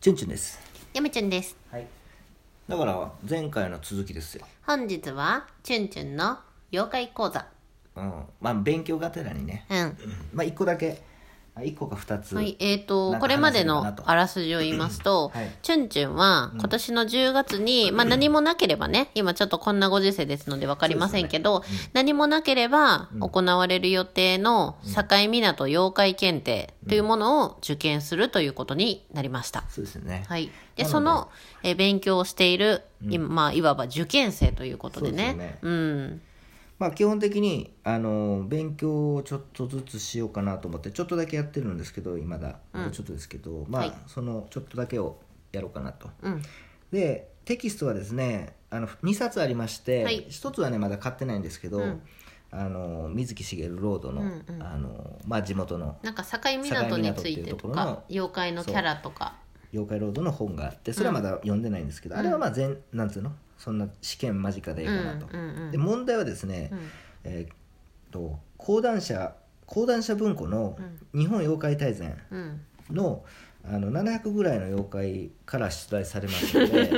チュンチュンですやめちゅんですはいだから前回の続きですよ本日はチュンチュンの妖怪講座うんまあ勉強がてらにねうんまあ1個だけあ1個か2つはい、えー、となんか話せるかなとこれまでのあらすじを言いますと、はいチュンチュンは今年の10月に、まあ、何もなければね今ちょっとこんなご時世ですので分かりませんけど、何もなければ行われる予定の境港妖怪検定というものを受験するということになりました。そうですよね、はない、のででその、えー勉強をしている、今まあ、いわば受験生ということでねそうですよねうん、まあ基本的にあの勉強をちょっとずつしようかなと思ってちょっとだけやってるんですけど今だ、もうちょっとですけどまあ、はいそのちょっとだけをやろうかなと、うんでテキストはですねあの2冊ありまして、はい1つはねまだ買ってないんですけど、うんあの水木しげるロードの,、うんうんあのまあ、地元のなんか境港につ境港っいてていうとところかの妖怪のキャラとか妖怪ロードの本があってそれはまだ読んでないんですけど、あれはまあ全なんつうのそんな試験間近でいいかなと、うんうんうんで問題はですね、うんえーっと講談社講談社文庫の「日本妖怪大全うんの」あの700ぐらいの妖怪から出題されますの で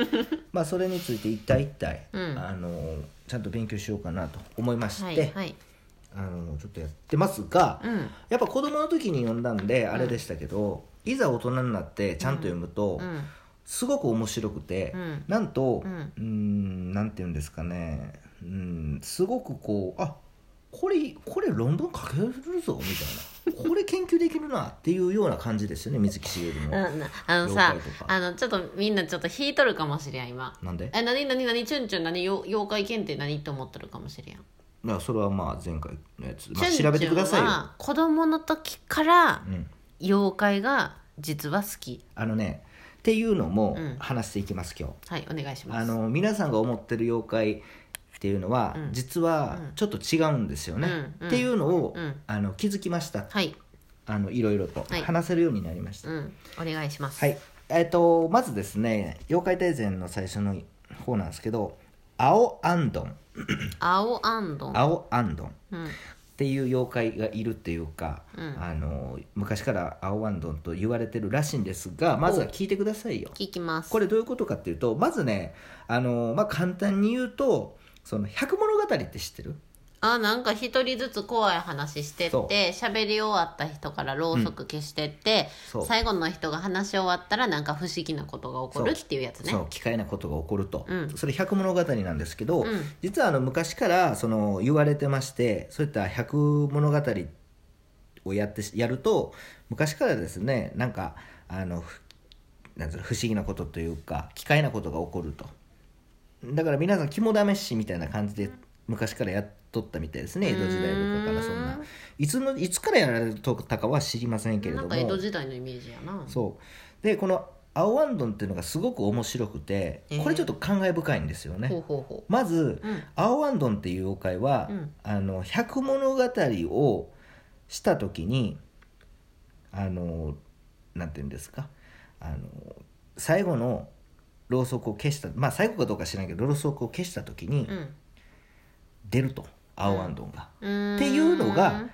まあそれについて一体一体、うんあのちゃんと勉強しようかなと思いまして、はいはいあのちょっとやってますが、うんやっぱ子供の時に読んだんであれでしたけど、いざ大人になってちゃんと読むと、うんすごく面白くて、うんなんと、ううーんん、なんて言うんですかね、うん、すごくこう、あこれ、これ論文書けるぞみた いな、これ研究できるなっていうような感じですよね、水木しげるうの。んあの妖さ怪とかあのちょっとみんなちょっと引いとるかもしれん今なんでだかえ何何何チュンチュン何妖妖怪検定何って思っとるかもしれんらそれはまあ前回のやつ、まあ、チュ調ンべチてュくンださいよ。は子供の時からうん、妖怪が実は好きあのねっていうのもうん話していきます、今日はいお願いしまあすの皆さんが思ってる妖怪っていうのは、うん実はちょっと違うんですよね、うんっていうのを、うんあの気づきましたはいあのいろいろとはい話せるようになりました、うんお願いしますはいえっ、とまずですね「妖怪大全」の最初の方なんですけど「青アンドン」青アン「ドン青アンドン」っうんていう妖怪がいるっていうか、うんあの昔から青アンドンと言われてるらしいんですがまずは聞いてくださいよ聞きますこれどういうことかっていうとまずねあの、まあ、簡単に言うと「その百物語」って知ってるあなんか一人ずつ怖い話してっそうて喋り終わった人からろうそく消してって、そう最後の人が話し終わったらなんか不思議なことが起こるそうっていうやつねそう機械なことが起こると、うんそれ百物語なんですけど、ん実はあの昔からその言われてましてそういった百物語をやってしやると昔からですねなんかあのふなんつうの不思議なことというか機械なことが起こるとだから皆さん肝試しみたいな感じで昔からやっとったみたいですね江戸時代とかからそんないつのいつからやられたかは知りませんけれどなんもか江戸時代のイメージやなそうでこの青ワンドンっていうのがすごく面白くて、えーこれちょっと感慨深いんですよほうねほうほまず、うん青ワンドンっていう妖怪は、うんあの百物語をした時にあのなんていうんですかあの最後のろうそくを消したまあ最後かどうか知らんけどろうそくを消した時にううん出ると、青ワンドンが。うーんっていうのが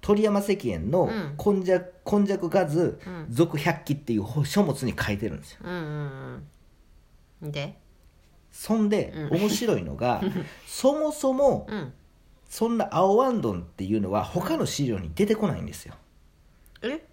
鳥山石燕のうん今昔「今昔ガズうん続百鬼」っていう本書物に書いてるんですよ。うんうんうんでそんでうん面白いの がそもそもうんそんな青ワンドンっていうのは他の資料に出てこないんですよ。 え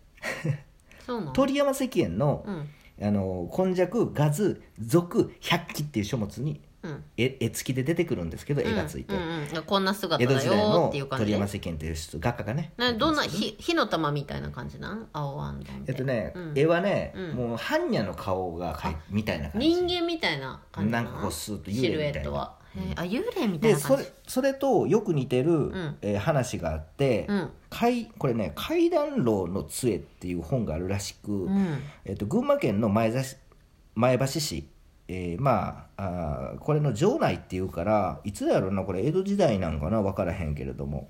そうなの鳥山石燕のうん「あの今昔ガズ続百鬼」っていう書物にうん絵絵付きで出てくるんですけど絵がついてうんうんうん、こんな姿江戸だ時代よのっていう感鳥じ山石燕っていう人画家がねなどんな火火の玉みたいな感じなん青アンドンえっとね、うん絵はね、うんもう般若の顔が描いみたいな感じ人間みたいな感じなんかこうスーッと幽霊みたいシなルエットは、へえあ幽霊みたいでなそ感じれそれとよく似てる、んえー話があって、うん階これね「階段楼の杖」っていう本があるらしく、うんえっと群馬県の前橋前橋市、えーまああーこれの城内っていうからいつだろうなこれ江戸時代なんかな分からへんけれども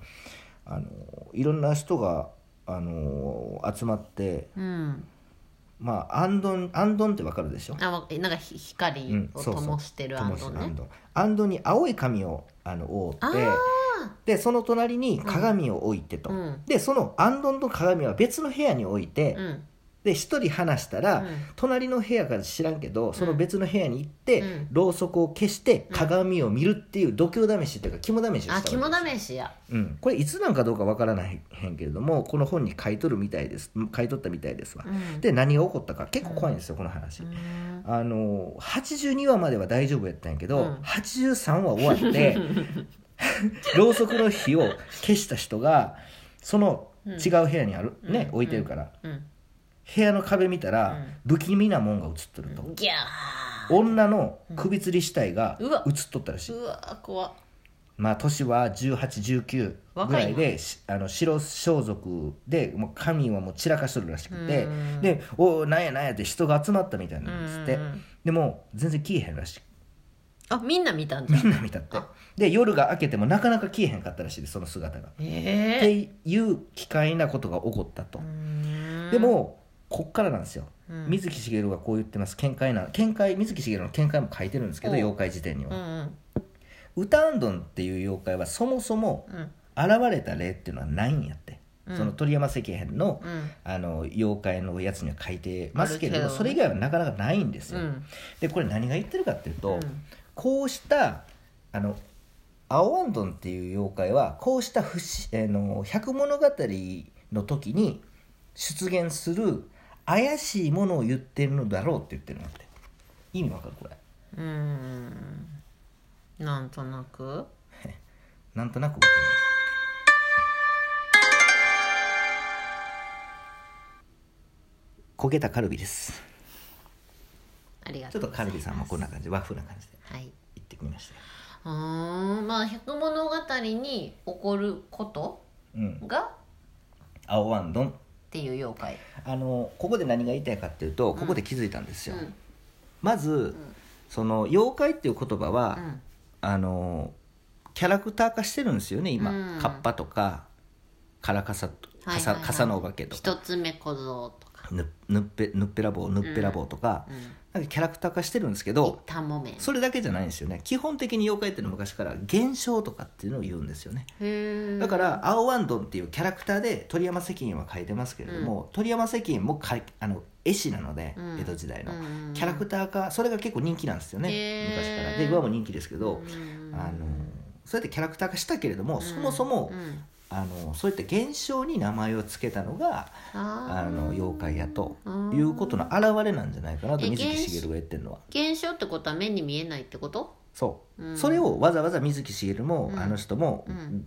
あのいろんな人が、あの集まってうんまあ安頓安頓って分かるでしょあわなんかひう光んをそうそう灯してるアンドンアねンドンアンドンに青い紙をあの覆あってでその隣に鏡を置いてと、うんでそのアンドンと鏡は別の部屋に置いて、うんで一人話したら、うん隣の部屋から知らんけどその別の部屋に行って、うんろうそくを消して鏡を見るっていう度胸試しっていうか肝試しをしたわあけです肝試しやうん、これいつなんかどうかわからないへんけれどもこの本に書いとるみたいです書いとったみたいですわ、うんで何が起こったか結構怖いんですよこの話、うんあの82話までは大丈夫やったんやけど、うん83話終わって ろうそくの火を消した人がその違う部屋にある、ねうん置いてるから、うん部屋の壁見たら、不気味なもんが映っとると、ギャー女の首吊り死体がうんうわ映っとったらしい、うわ怖っまあ年は1819ぐらいでしあの白装束でもう神はもう散らかしとるらしくてうんで「おおなんやなんや」って人が集まったみたいなんですってうんうんうんでも全然消えへんらしいあみんな見たんじゃみんんな見たってで夜が明けてもなかなか消えへんかったらしいですその姿が。っええていう奇怪なことが起こったとう。ーんでもこっからなんですよ、うん水木しげるがこう言ってます見解な見解水木しげるの見解も書いてるんですけどおう妖怪辞典にうは、んウタンドンっていう妖怪はそもそもうん現れた霊っていうのはないんやって、うんその鳥山石編の,、うんあの妖怪のやつには書いてますけれどあもるけどそれ以外はなかなかないんですうよ、んでこれ何が言ってるかっていうと、うんこうしたあのアオアンドンっていう妖怪はこうした不思あの百物語の時に出現する怪しいものを言ってるのだろうって言ってるんだって意味わかるこれうんなんとなくなんとなくわかります焦げたカルビですありがちょとっうとカルビさんもこんな感じ和風な感じではい行ってみましたようーんまあ百物語に起こることうんがアオアンドンっていう妖怪あのここで何が言いたいかっていうとここで気づいたんですよ、うんまず、その妖怪っていう言葉は、うんあのキャラクター化してるんですよね今、うんカッパとかカラカサはいカサ、はいはいカサのお化けとか一つ目小僧とかぬぬっぺぬっぺらぼうぬっぺらぼうとか,、なんかキャラクター化してるんですけど、タモメンへそれだけじゃないんですよね基本的に妖怪っていうのは昔から現象とかっていうのを言うんですよねえだから、アオワンドンっていうキャラクターで鳥山石燕は書いてますけれども、鳥山石燕もかいあの絵師なので、うん江戸時代の、うんキャラクター化それが結構人気なんですよね、へー昔からで今も人気ですけど、うんあのそうやってキャラクター化したけれども、うんそもそも、うんあのそういった現象に名前を付けたのがああのの妖怪やとうんいうことの表れなんじゃないかなとえ水木しげるが言ってるのは現象ってことは目に見えないってことそう、うんそれをわざわざ水木しげるも、うんあの人も、うん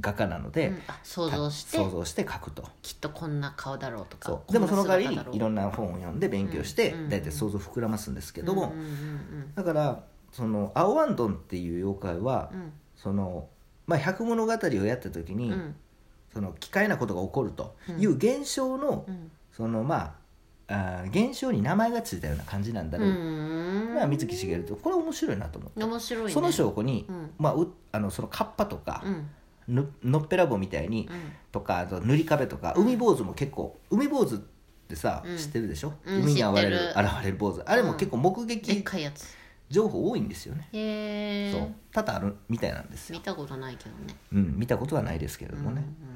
画家なので、うんあ想像して想像して書くときっとこんな顔だろうとかそうこでんもなその代わり姿だろういろんな本を読んで勉強して、うんだいたい想像膨らますんですけども、うんうんうんだからそのアオワンドンっていう妖怪は、うんうんそのまあ百物語をやった時に、うんその奇怪なことが起こるという現象の、うんそのまああー現象に名前がついたような感じなんだろう、うんまあ水木しげるとこれ面白いなと思って、面白いねその証拠に、うんまあ、うあのそのカッパとかう、んぬのっぺらぼうみたいに、うんとかあと塗り壁とか海坊主も結構海坊主ってさ、うん知ってるでしょ、うん海に知現ってれるる現れる坊主あれも結構目でっ撃かいやつ情報多いんですよね、へそうえ多々あるみたいなんですよ、見たことないけどねうん、見たことはないですけれどもね、うん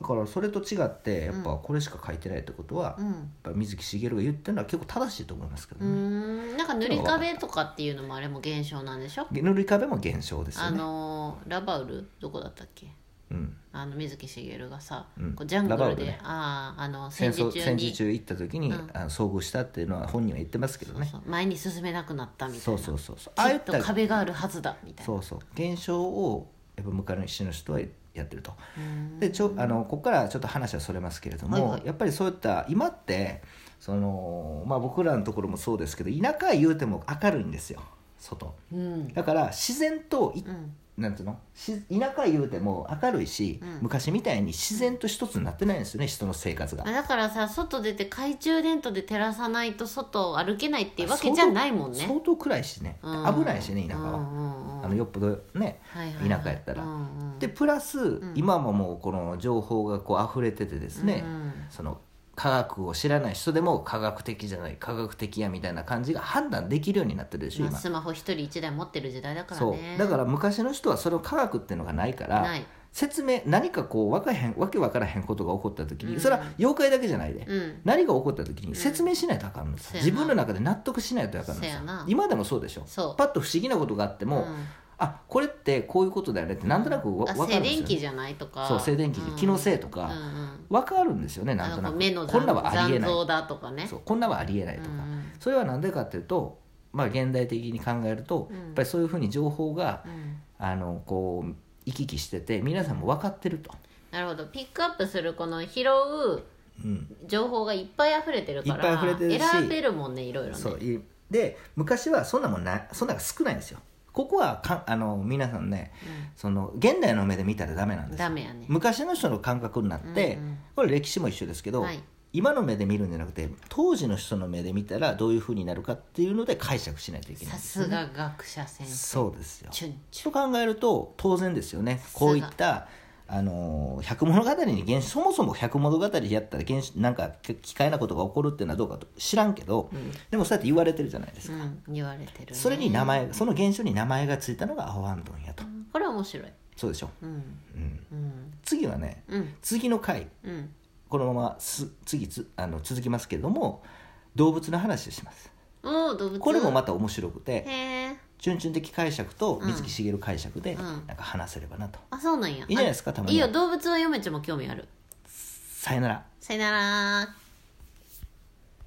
だからそれと違ってやっぱこれしか書いてないってことは、うんやっうんぱ水木しげるが言ってるのは結構正しいと思いますけどうね、んなんか塗り壁とかっていうのもあれも現象なんでしょ塗り壁も現象ですよあね、のーラバウルどこだったっけうん、あの水木しげるがさ、うんこうジャングラバルウルで、ねあああの戦戦時争中戦に時中行った時に、うんあの遭遇したっていうのは本人は言ってますけどねそう前に進めなくなったみたいなそうそうそうそうきいっと壁があるはずだみたいなそうそう現象をやっぱ昔の人はやってるとうんでちょあのここからちょっと話はそれますけれども、はいはいやっぱりそういった今ってその、まあ、僕らのところもそうですけど田舎は言うても明るいんですよ外うんだから自然とい、うんなんていうのし田舎は言うても明るいし、うん昔みたいに自然と一つになってないんですよね人の生活があ。だからさ外出て懐中電灯で照らさないと外を歩けないっていうわけじゃないもんね相当相当暗いしねうん危ないしね田舎は、うんうんうんあのよっぽどねはいはいはい田舎やったらうんうんでプラス、ん今ももうこの情報がこう溢れててですね、うんその科学を知らない人でも科学的じゃない科学的やみたいな感じが判断できるようになってるでしょまあ今、スマホ一人一台持ってる時代だからそうねだから昔の人はその科学っていうのがないからない説明何かこうわかへんわけわからへんことが起こった時に、うんそれは妖怪だけじゃないで、うん何が起こった時に説明しないとあかんのさ、うん自分の中で納得しないとあかんのそうやさな今でもそうでしょそうパッと不思議なことがあっても、うんあこれってこういうことだよねってなんとなくわあ分か静るんです電よ、気ね、じゃないとかそう静電気で気のせいとかうんうん分かるんですよねなんあとのなこくう目のこんなはありえ残ない像だとかねそうこんなはありえないとか、うんうんそれは何でかっていうと、まあ、現代的に考えると、うんやっぱりそういうふうに情報がうんあのこう行き来してて皆さんも分かってると、なるほどピックアップするこの拾ううん情報がいっぱい溢れてるからいっぱい溢れてるし選べるもんねいろいろねそういで昔はそんなもんなそんなのが少ないんですよここはかあの皆さんねその現代の目で見たらダメなんうんですダよメやね昔の人の感覚になって、うんうんこれ歴史も一緒ですけど、はい今の目で見るんじゃなくて当時の人の目で見たらどういうふうになるかっていうので解釈しないといけないんさですよすね、が学者先生そうですよチュンチと考えると当然ですよねすがこういったあのー百物語に現そもそも百物語やったら現なんかき奇怪なことが起こるっていうのはどうかと知らんけど、でもそうやって言われてるじゃないですュか、ン、うん、言われてる、ね、それに名前その現象に名前がついたのがアホアンドンやと、これは面白いそうでしょ、うんうん、うん次はねうん次の回うんこのまます次つあの続きますけれども動物の話をしますおー動物これもまた面白くへてえ「チュンチュン的解釈」とうん水木しげる解釈でうんなんか話せればなと、あそうなんいやいじゃないですかたまいにいはよ動物は嫁ちゃんも興味あるさよならさよなら